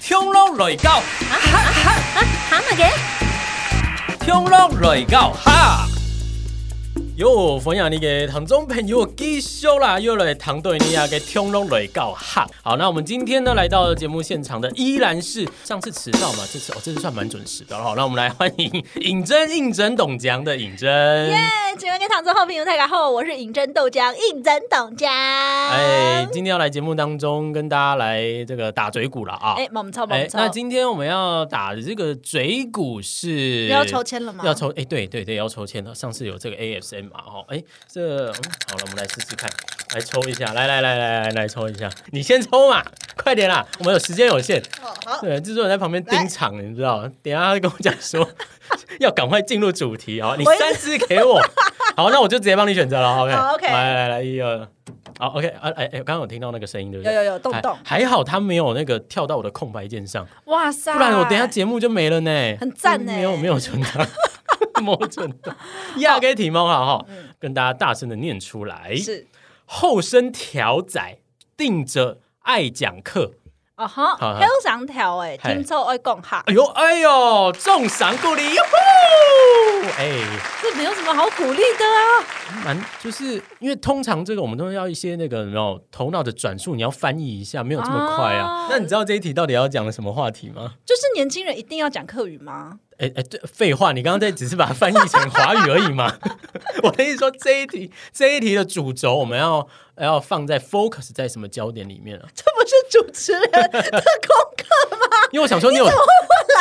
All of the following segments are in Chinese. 冲浪来搞，啊，蛤蟆嘅，冲浪来搞哈！哟，欢迎你嘅唐中朋友继续啦，又来唐对尼亚嘅听龙来告哈。好，那我们今天呢来到节目现场的依然是上次迟到嘛，这次哦这次算蛮准时的了。好，那我们来欢迎尹真、应真、董江的尹真。耶！请问跟唐僧好朋友大家好，我是尹真豆浆，尹真董浆。哎，今天要来节目当中跟大家来这个打嘴鼓了啊！哎，猛抽哎猛，抽，那今天我们要打的这个嘴鼓是要抽签了吗？要抽哎、对对对，要抽签了。上次有这个 ASM 嘛，哦，哎、这、嗯好了，我们来试试看，来抽一下，来来来来来来抽一下，你先抽嘛，快点啦，我们有时间有限。哦，好，对，制作人在旁边盯场，你知道，等一下他跟我讲说 要赶快进入主题啊，好你我一三支给我，好，那我就直接帮你选择了，OK，好，OK 来来来，一二。好，OK，啊，哎哎，刚刚有听到那个声音，对不有对？有有，动动，还还好他没有那个跳到我的空白键上，哇塞不然我等一下节目就没了呢。嗯很赞呢没有没有存档， 没有存 档，压给体猫好哈，跟大家大声的念出来。嗯是后生条仔定着爱讲课，哦哈，好好还有上条哎，嗨听说爱讲哈，哎呦哎呦，重赏故里，哟呼！哎，这没有什么好鼓励的啊。蛮就是因为通常这个我们都要一些那个然后头脑的转速，你要翻译一下，没有这么快啊哦。那你知道这一题到底要讲的什么话题吗？就是年轻人一定要讲客语吗？哎哎，对，废话，你刚刚这只是把它翻译成华语而已嘛。 我的意思说，这一题这一题的主轴，我们要要放在 focus 在什么焦点里面啊？ 这不是主持人的功课吗？因为我想说你有，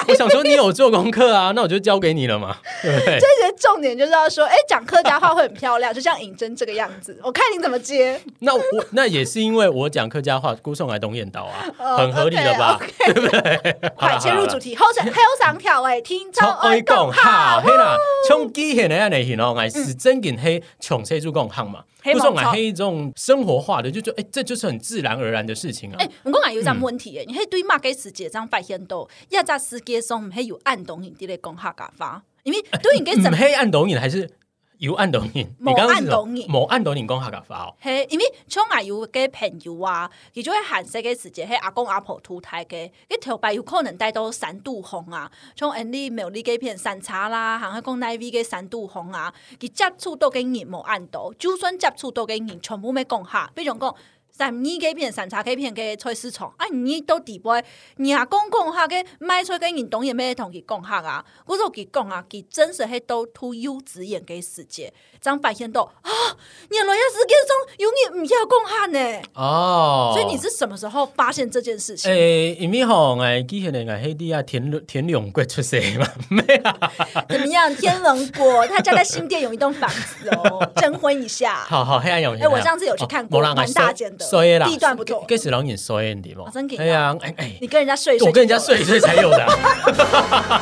我想说你有做功课啊，那我就交给你了 嘛，对不对？这些重点就是要说，哎，讲客家话会很漂亮，就像尹真这个样子。我看你怎么接，那我那也是因为我讲客家话，孤送来东燕岛啊，哦很合理的吧？对不对？快切入主题，后生还有上条哎，听超说爱爱讲讲哈，哈。嘿啦，冲机现的安尼形容，哎，是真紧嘿，穷车主讲行嘛，嘿不猛送来冲嘿一种生活化的，就觉得哎，这就是很自然而然的事情啊哎。，我讲有一个问题诶，你迄对马给世界上发现到，一只世界上唔系有暗懂影伫咧讲客家话，因为对应该怎唔嗯黑暗抖音还是有暗抖音？某你刚刚是暗抖音什么某暗抖音讲下个发哦。嘿，因为像阿有嘅朋友啊，伊就会韩式嘅时节，迄阿公阿婆土胎嘅，迄头白有可能带到三度红啊，像 N 你苗栗嘅片山茶啦，行去讲内味嘅三度红啊，伊接触到嘅人无按到，就算接触到嘅人全部要讲下，比如讲。三二嘅片、三茶嘅片嘅菜市场，啊，你到底不会？你阿公讲下嘅，卖出嘅人当然要同伊讲下啊。我就佮讲啊，佮真实迄都突优质眼嘅世界，将发现到啊，原来要世界中永远唔要讲汉呢。哦，哎所以你是什么时候发现这件事情？诶，因为吼，哎，之前那个黑地啊，田田永贵出世嘛， 没啊。怎么样？天龙国他家在新店有一栋房子 哦，征婚一下。好好，黑暗啊永。哎我上次有去看哦过蛮大间的啊衰啦，地段不错给死狼眼衰的嘛啊。真给啊哎呀，哎哎，你跟人家睡一睡，我跟人家睡一睡才有 的啊。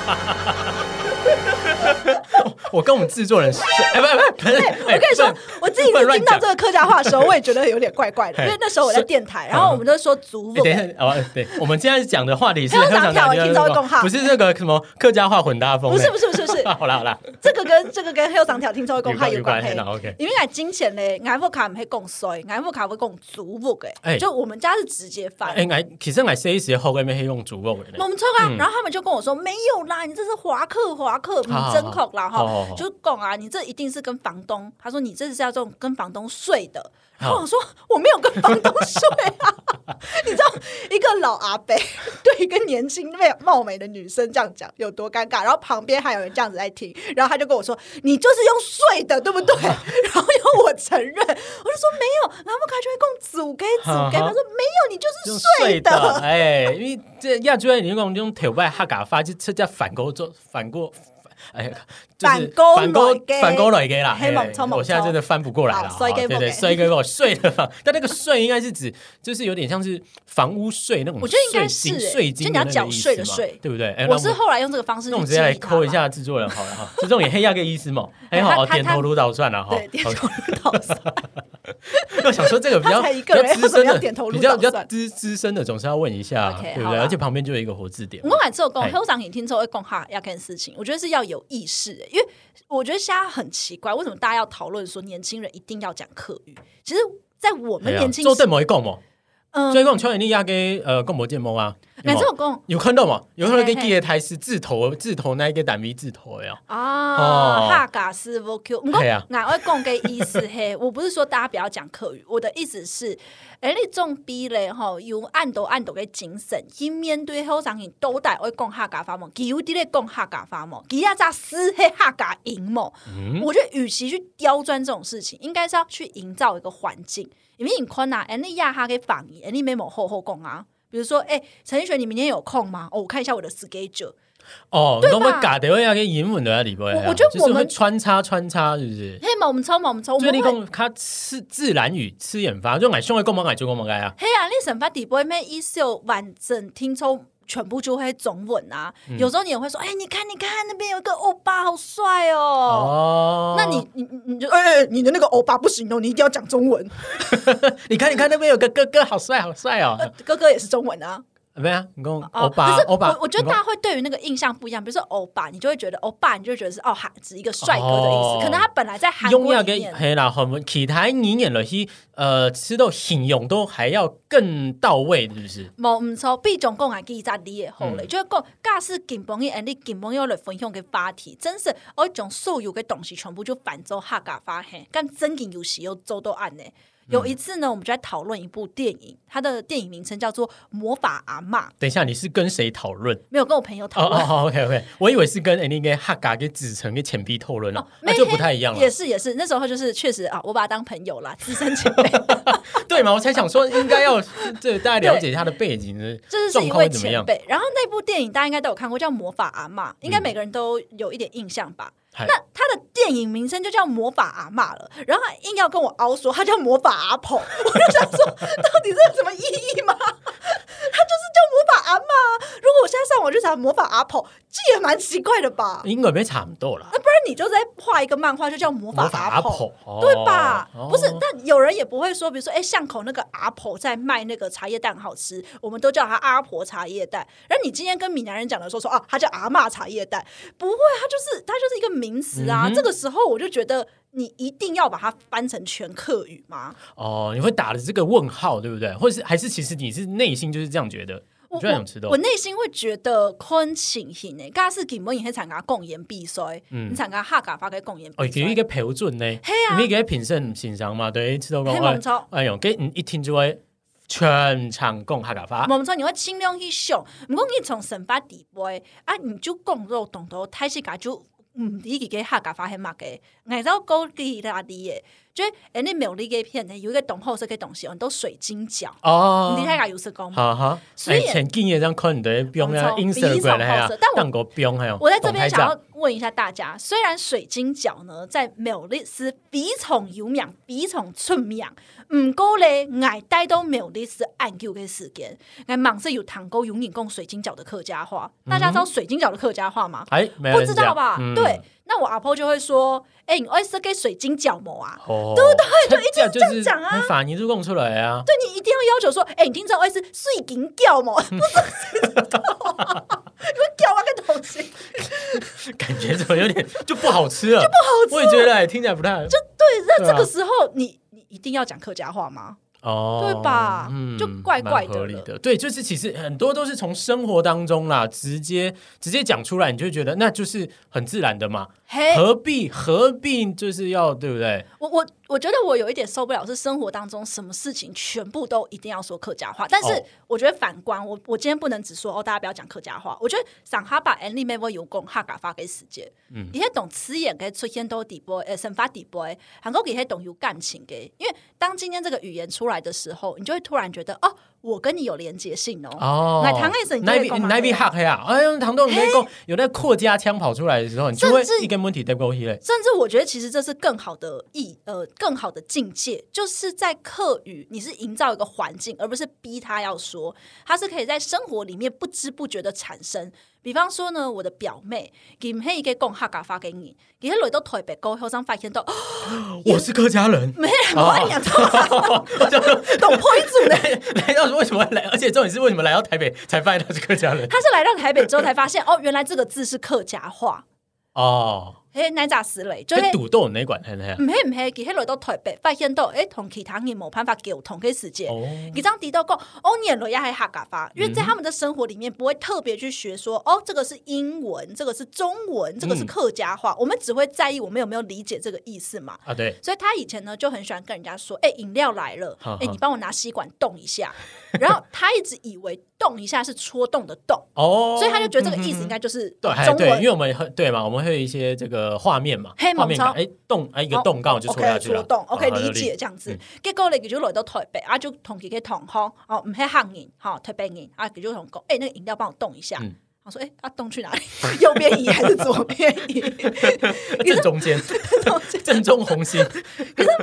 我跟我们制作人睡，哎，不不不是，我我跟你说，我自己哎不能乱听讲到哎这个客家话的时候，我也觉得有点怪怪的，嘿因为那时候我在电哎台，然后我们就说族欸、妇等一下，哦，对，我们现在讲的话题 是哎我香想港跳的我听那个周公好不是这个什么客家话混搭风、不是不是不是不 是是，，好啦好啦，这个跟这个跟黑长条听说会讲话有关系有关有关嘿啦，OK。因为俺金钱嘞，俺富卡唔会讲衰，俺富卡会讲族妇哎诶，就我们家是直接翻。哎、欸，其实我是一时后面黑用主肉的呢我。们抽啊，然后他们就跟我说没有啦，你这是华客华客，你嗯好真口啦好好哈好，就讲啊，你这一定是跟房东，他说你这是要这种跟房东睡的。然好后我说我没有跟房东睡啊， 你知道一个老阿伯对一个年轻貌貌美的女生这样讲有多尴尬，然后旁边还有人这样子在听，然后他就跟我说你就是用睡的对不 对？然后要我承认，我就说没有，然后他们就会供祖给祖给，好好他说没有，你就是用睡的，哎、因为这亚洲人你讲用头拜哈嘎发，就这叫反勾做反过，哎，就是反勾反勾来的反勾来给啦。嘿哎猛冲猛我现在冲真的翻不过来了。好好衰给对猛给对，睡给我睡的房，但那个睡应该是指就是有点像是房屋税那种税金，我觉得应该是哎税金就你要那个缴意思税的嘛税对不对？哎那我我是们后来用这个方式去那我们直接来激励他抠一吧。下制作人好了哈，制作人也黑压个意思嘛，还好他哦他点头如捣蒜了哈。对，点头如捣蒜。我想说这个比较 他才比一个较人资他怎深么的，样点头如比较比较捣蒜资资深的总是要问一下 OK，对不好嗯对？啦而且旁边就有一个活字典嘛我。每次有讲 哎，后上影听之后会讲哈要看事情，我觉得是要有意识的，因为我觉得现在很奇怪，为什么大家要讨论说年轻人一定要讲客语？其实，在我们哎呀年轻做邓某一共哦，嗯所以讲邱远丽压给呃共博建某啊，那这种讲有看到吗？有看到嘿跟记的台是字头字头那一个单位字头呀。啊，哈嘎斯 VQ，不过哦嘿啊俺会讲个意思 嘿，我不是说大家不要讲客语，我的意思是，哎，你种逼嘞吼，有按都按都个精神，去面对后生人都带会讲哈嘎法毛，佮有滴咧讲哈嘎啊法毛，佮亚扎斯嘿哈嘎赢毛。嗯我觉得与其去刁钻这种事情，应该是要去营造一个环境，因为你困啊，哎，你亚哈给反应，哎，你没某后后供啊。比如说，哎、陈奕迅，你明天有空吗？哦，我看一下我的 schedule。哦，对吧那么嘎的要跟英文的在里边啊，我我觉得就是我会们穿插穿插，是不是？嘿嘛，我们超嘛，我们超，我所们以你会讲他自自然语吃眼发，就俺兄弟讲嘛，俺就讲嘛该啊。嘿啊，你审发底播妹一秀完整听从全部就会中文啊。嗯有时候你也会说，哎、你看，你看那边有一个欧巴，好帅哦。哦，那你你你你就哎、你的那个欧巴不行哦，你一定要讲 中文。你看你看那边有个哥哥，好帅好帅哦。呃哥哥也是中文啊，没啊，你讲哦欧巴可是欧巴，我我觉得你大讲家会对于那个印象不一样。比如说欧巴，你就会觉得欧巴，你就会觉得是哦，韩只一个帅哥的意思。哦可能他本来在韩用国要里跟面，嘿啦，我们其他语言的去呃，吃到形容都还要更到位，是不是？无毋错，毕竟讲啊，记在你的好嘞，嗯就是讲，假使近朋友，你近朋友来分享个话题，真是我种所有的东西全部就反走哈嘎发嘿，但真紧有时又做到案呢。嗯有一次呢，我们就在讨论一部电影，它的电影名称叫做《魔法阿嬷》，等一下，你是跟谁讨论？没有 跟我朋友哦讨论。哦哦，OK OK，我以为是跟哎那个哈嘎跟子成跟浅 B 讨论了，啊那就不太一样了哦也。是也是，那时候就是确实啊，我把他当朋友啦，资 深前辈，对嘛？我才想说应该要 这大家了解他的背景的就是是状一况位会怎么前样？嗯辈。然后那部电影大家应该都有看过，叫《魔法阿嬷》，应该每个人都有一点印象吧。嗨那他的电影名称就叫《魔法阿嬷》了，然后他硬要跟我凹说他叫《魔法阿婆》， 我就想说，到底这有什么意义吗？ 他就是叫魔法阿嬷啊。如果我现在上网去查魔法阿婆，这也蛮奇怪的吧？应该没差不多啦那。不然你就再画一个漫画，就叫魔法魔法阿婆。婆，哦对吧？不是哦，但有人也不会说，比如说，哎、巷口那个阿婆在卖那个茶叶蛋好吃，我们都叫她阿婆茶叶蛋。然后你今天跟闽南人讲的时候说，啊，她叫阿嬷茶叶蛋，不会，它就是它就是一个名词啊。嗯哼这个时候我就觉得，你一定要把它翻成全客语吗？哦，你会打的这个问号，对不对？或者是还是其实你是内心就是这样觉得，你我就很想吃豆我我。内心会觉得昆情形诶，噶欸是给莫影黑参加共言必衰，你参加哈嘎发给共言嗯哦，必给一衰。个标准呢，你给评审欣赏嘛，对，吃豆啊嘿猛讲超，哎呦，给你一听就会全场讲哈嘎发，我们说你会尽量去想，毋过你从神巴底背啊，你就讲肉懂得太细个就毋知自己下家发现嘛个，挨到高地拉地诶，就是诶你没有那个片呢，有一个懂后这个东西，很多水晶饺，哦你，太个有是讲。哈哈，所哎，以前几年这样看你的标猛啊超比，Instagram 上还啊好色，但我当过标还有，我在这边董台想长要问一下大家，虽然水晶饺呢在苗栗是比从有名，比从寸名，唔过咧，爱带到苗栗是按究的时间，俺忙是有糖沟有引供水晶饺的客家话，大家知道水晶饺的客家话吗？哎，没有不人知道讲吧？嗯对，那我阿婆就会说：“哎、你爱是给水晶角膜啊？哦，对不对？就一直这样讲啊法尼就供出来啊，对你一定要要求说，哎、你听这爱是水晶角膜，不是水晶角膜， 你们角啊个东西，感觉怎么有点就不好吃了，就不好吃，我也觉得哎听起来不太，就对，那对啊这个时候你你一定要讲客家话吗？哦，对吧就怪怪的蛮合理了的。对，就是其实很多都是从生活当中啦，直接直接讲出来，你就会觉得那就是很自然的嘛，嘿，何必何必就是要对不对？我我我觉得我有一点受不了，是生活当中什么事情全部都一定要说客家话。但是哦我觉得反观我，我今天不能只说哦，大家不要讲客家话。我觉得赏哈把 N 里面我有功哈嘎发给世界，嗯，一些懂词眼给出现都底波，呃，生发底波，韩国给些懂有感情给。因为当今天这个语言出来的时候，你就会突然觉得哦，我跟你有连结性哦。哦，那唐爱神你就那会边讲嘛那边对吧黑啊，哎呦，唐东你在讲有那扩家腔跑出来的时候，你就会甚至一根问题带过去嘞。甚至我觉得，其实这是更好的意，呃，更好的境界，就是在课语，你是营造一个环境，而不是逼他要说，他是可以在生活里面不知不觉的产生。比方说呢，我的表妹给嘿一个贡哈嘎发给你，给他累到腿被沟后上发现到，哦我是客家人， 没人啊我爱讲哦 懂破一组呢。来到为什么来？而且重点是为什么来到台北才发现他是客家人？他是来到台北之后才发现，哦，原来这个字是客家话。哦，迄哪吒思维，就跟迄赌斗哪管很黑毋迄毋迄，其实落到台北发现到，诶，同其他人无办法沟通个世界。哦，你这样提到过，欧尼罗亚还哈嘎发，因为嗯在他们的生活里面不会特别去学说，哦，这个是英文，这个是中文，这个嗯是客家话，我们只会在意我们有没有理解这个意思嘛。啊对，所以他以前呢就很喜欢跟人家说，哎、饮料来了，好哎、好你帮我拿吸管动一下。然后他一直以为动一下是戳动的动，哦，所以他就觉得这个意思应该就是对，还中对，因文。为我们会对嘛，我们会有一些这个画面嘛嘿，画面感，猛超哎，动，哎，一个动杠就戳下去了啊哦戳动，OK 好嗯理解这样子。结果咧，佢就落到台北，啊就同佢嘅同行，哦唔系汉人，哈台北人，啊佢就同我讲，哎那个饮料帮我动一下嗯。我说，哎啊动去哪里？ 右边移还是左边移？那呃正中 间，正中红心，可是发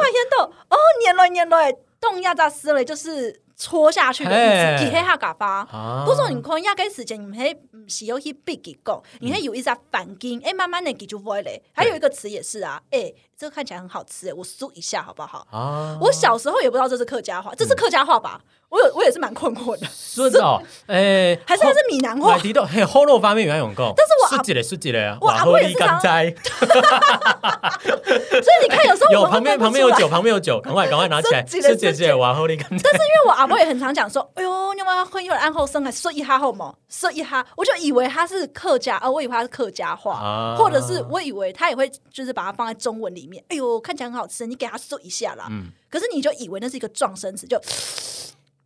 现到哦，年来年来动亚扎思维就是戳下去的意思，嘿几黑下嘎巴。啊嗰种情况，一嘅时间唔系唔是要去逼佢讲，而系有一只反击，哎，慢慢的佢就会嘞。还有一个词也是啊，哎，这个看起来很好吃，哎我搜一下好不好？啊，我小时候也不知道这是客家话，这嗯是客家话吧？我有我也是蛮困 惑的，顺哦，哎，还是它是闽南话来？提到嘿，后路方面有用讲，但是我阿是几嘞，是几嘞啊，我阿后婆也力是常刚摘， 所以你看，有时候有我们旁边会分旁边不出有来酒，旁边有酒，赶快赶快拿起 来，是几嘞是姐是几姐，我后力刚摘，但是因为我阿婆也很常讲说，哎呦，你们会有按后生还说一哈后吗？说一哈，我就以为他是客家，啊，我以为他是客家话，啊或者是我以为他也会就是把它放在中文里面。哎呦，看起来很好吃，你给他说一下啦。嗯可是你就以为那是一个撞声词，就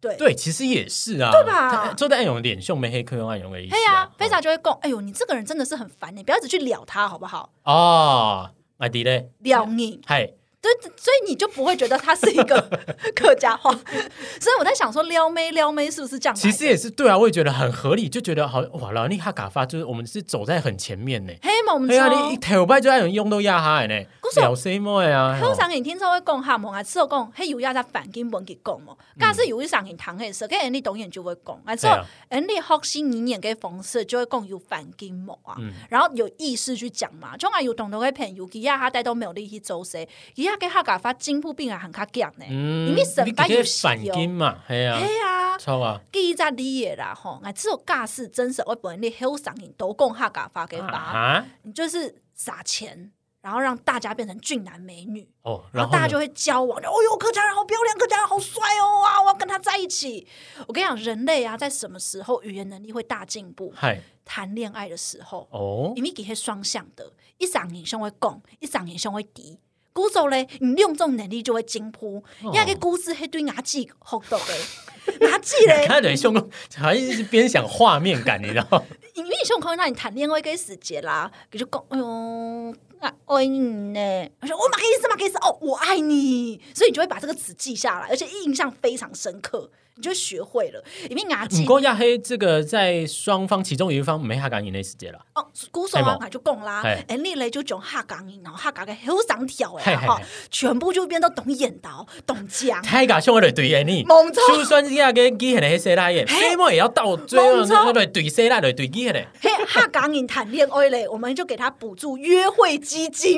对。对，其实也是啊，对吧他做的暗涌脸凶没黑客用暗涌的意思啊哎呀，非常常就会讲，哎呦，你这个人真的是很烦，欸你不要一直去撩他好不好？哦，来提嘞，撩你，嗨，对，所以你就不会觉得他是一个 客家话。所以我在想说，撩妹撩妹是不是这样来其的？实也是对啊，我也觉得很合理，就觉得好哇，老尼哈嘎发就是我们是走在很前面呢。嘿嘛，我们对啊，说你一头摆就要用用到亚哈的呢我，说聊什么的啊？通常人听说会讲哈嘛，啊，之后讲迄有要在反经文去讲嘛，但是有一上人谈迄事，跟人你当然就会讲，啊，之后嗯对啊人你学习语言嘅方式就会讲有反经嘛啊嗯，然后有意识去讲嘛，种啊有同到嘅朋友，伊啊他带到没有力去做事，伊啊跟他甲发进步并啊很较强呢，嗯因为神你拜给有他时反金哦，嘛，哎呀，嘿啊。超啊，记在你的啦吼，啊，只有假是真实，我本你后上人都讲哈甲发给发，啊你就是撒钱，然后让大家变成俊男美女，哦，然后呢大家就会交往，哦哟，客家人好漂亮，客家人好帅哦，哇，我要跟他在一起。我跟你讲，人类啊，在什么时候语言能力会大进步？嗨谈恋爱的时候，哦因为给些双向的，一上眼上会讲，一上眼上会敌。古手嘞，你利用这种能力就会进步。哦那个故事黑对牙记好 到的，牙记嘞，他等于胸，好像是边想画面感，你知道吗？因为你胸口让你谈恋爱跟死结啦，我就讲，哎呦，啊，爱你呢。我说我马克意思，马克意思，哦，我爱你，所以你就会把这个词记下来，而且印象非常深刻，你就学会了。因为牙嗯不记过亚黑这个在双方其中有一方没哈敢赢那时间了，哦，姑嫂嘿啊某，我就讲啦嘿，哎，你嘞就讲下港音，然后下港个好上跳嘿哎嘿嘿哈，全部就变到懂眼导、懂 讲。太敢凶我的对眼你。猛冲就算亚黑基很黑塞拉耶，黑莫也要到最后猛冲那个对塞拉的对基的。嘿，下港人谈恋爱嘞，我们就给他补助约会基金，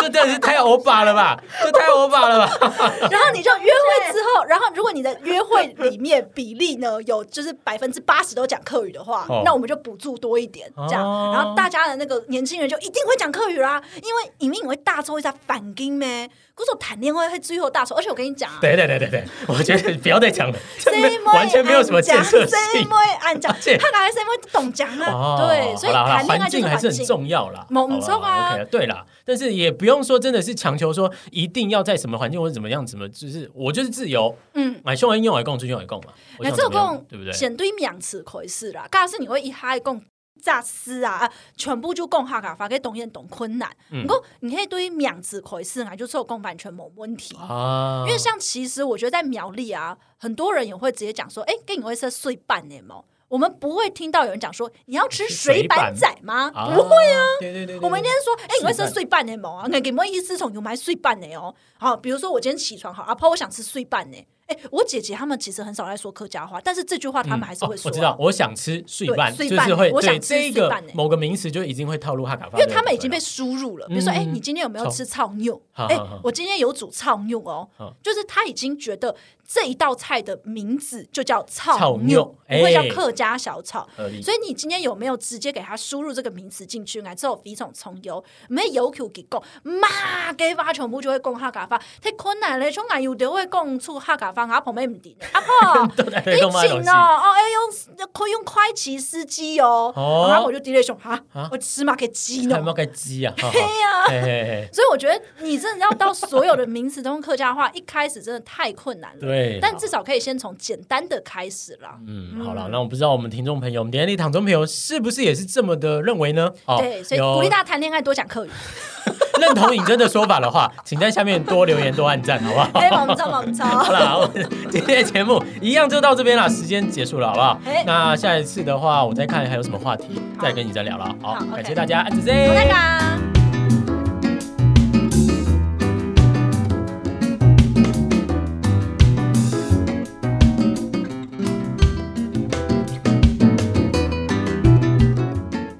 这真的是太欧巴了吧？这太欧巴了吧？ 然后你就约会之后，然后如果你的约会里面比例呢有就是百分之八十都讲客语的话，哦那我们就补助多一点，这样，哦然后大家的那个年轻人就一定会讲客语啦，因为因为你会大抽一下反金咩，故说谈恋爱会最后大抽，而且我跟你讲、啊。对对对对对，我觉得不要再讲了，谁这会完全没有什么建设性按。讲谁会按 啊讲而且，他哪还谁会懂讲啊？哦，对，所以好啦好啦谈恋爱环就境还是是很重要啦，猛冲啊 o k 对啦，但是也不用说真的是强求说一定要在什么环境或者怎么样，怎么就是我就是自由，哎嗯，买凶人用来供就用来供嘛，我那想哎这怎么样共对不对？显对两次回事啦，但是你会一哈一共诈尸啊，啊全部就共哈卡法给董彦董困难。嗯不过你可以对于两次回事啊，就是有共版权某问题。啊因为像其实我觉得在苗栗啊，很多人也会直接讲说，哎、跟你会是碎半年吗？我们不会听到有人讲说你要吃水板仔吗？不会。啊，对对对，对我们今天说，哎、你会吃碎碎半年吗？那给莫伊斯从有买碎半年哦。好，比如说我今天起床，好，阿婆，我想吃碎半年。哎、我姐姐他们其实很少在说客家话，但是这句话他们还是会嗯哦说、啊我知道，我想吃碎瓣，对就碎瓣是会我想对吃这碎个瓣欸某个名词就已经会套路哈卡发，因为他们已经被输入了。比如说，嗯哎、你今天有没有吃炒牛？好哎、好好我今天有煮炒牛哦好，就是他已经觉得这一道菜的名字就叫炒炒牛牛，不会叫哎客家小炒。合理。所以你今天有没有直接给他输入这个名词进去？哎，这有几种葱油，没有 Q 给讲，妈给发全部就会讲哈嘎发，太困难了，从来有的会讲出哈嘎发，阿婆妹唔得，阿婆。 都在你动漫东行西哦，，哦，哎用可以用快骑司机哦，哦然后我就滴了一种哈啊，我吃嘛给鸡还呢 有没，有个鸡 啊？哈对哈呀，嘿嘿嘿，所以我觉得你真的要到所有的名词都用客家话，一开始真的太困难了。对。啊但至少可以先从简单的开始啦。嗯，好了，那我不知道我们听众朋友，我们点力躺众朋友是不是也是这么的认为呢？哦对，所以有鼓励大家谈恋爱多讲客语。 认同尹真的说法的话，请在下面多留言、多按赞，好不好？ 哎，我们知道，我们知道好。 啦，我们今天的节目一样就到这边啦，时间结束了，好不好哎？那下一次的话，我再看还有什么话题，再跟你再聊了。好好，，OK 感谢大家，安子拜 Z。拜。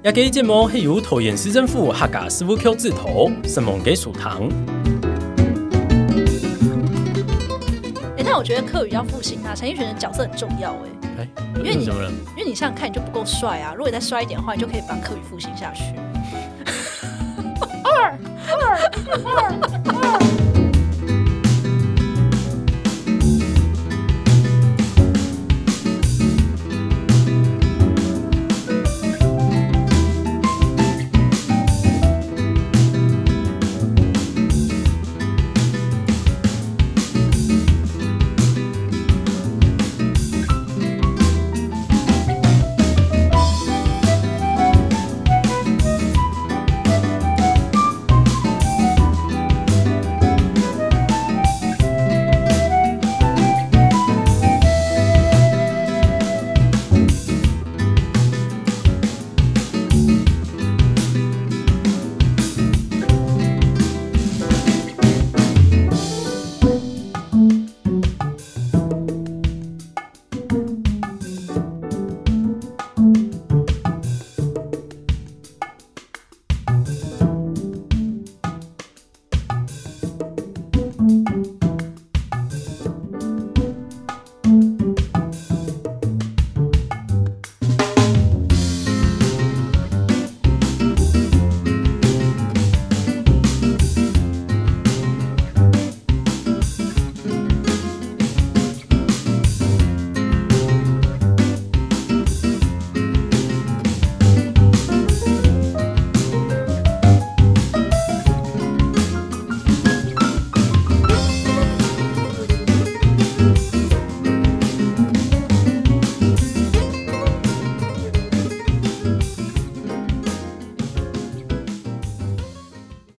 也给建模黑油头眼师正父哈嘎师傅 Q 字头，圣梦给属糖。哎，但我觉得客语要复兴啊，陈奕迅的角色很重要哎，哎，因为你怎么了？因为你想想看，你就不够帅啊。如果你再帅一点的话，你就可以把客语复兴下去。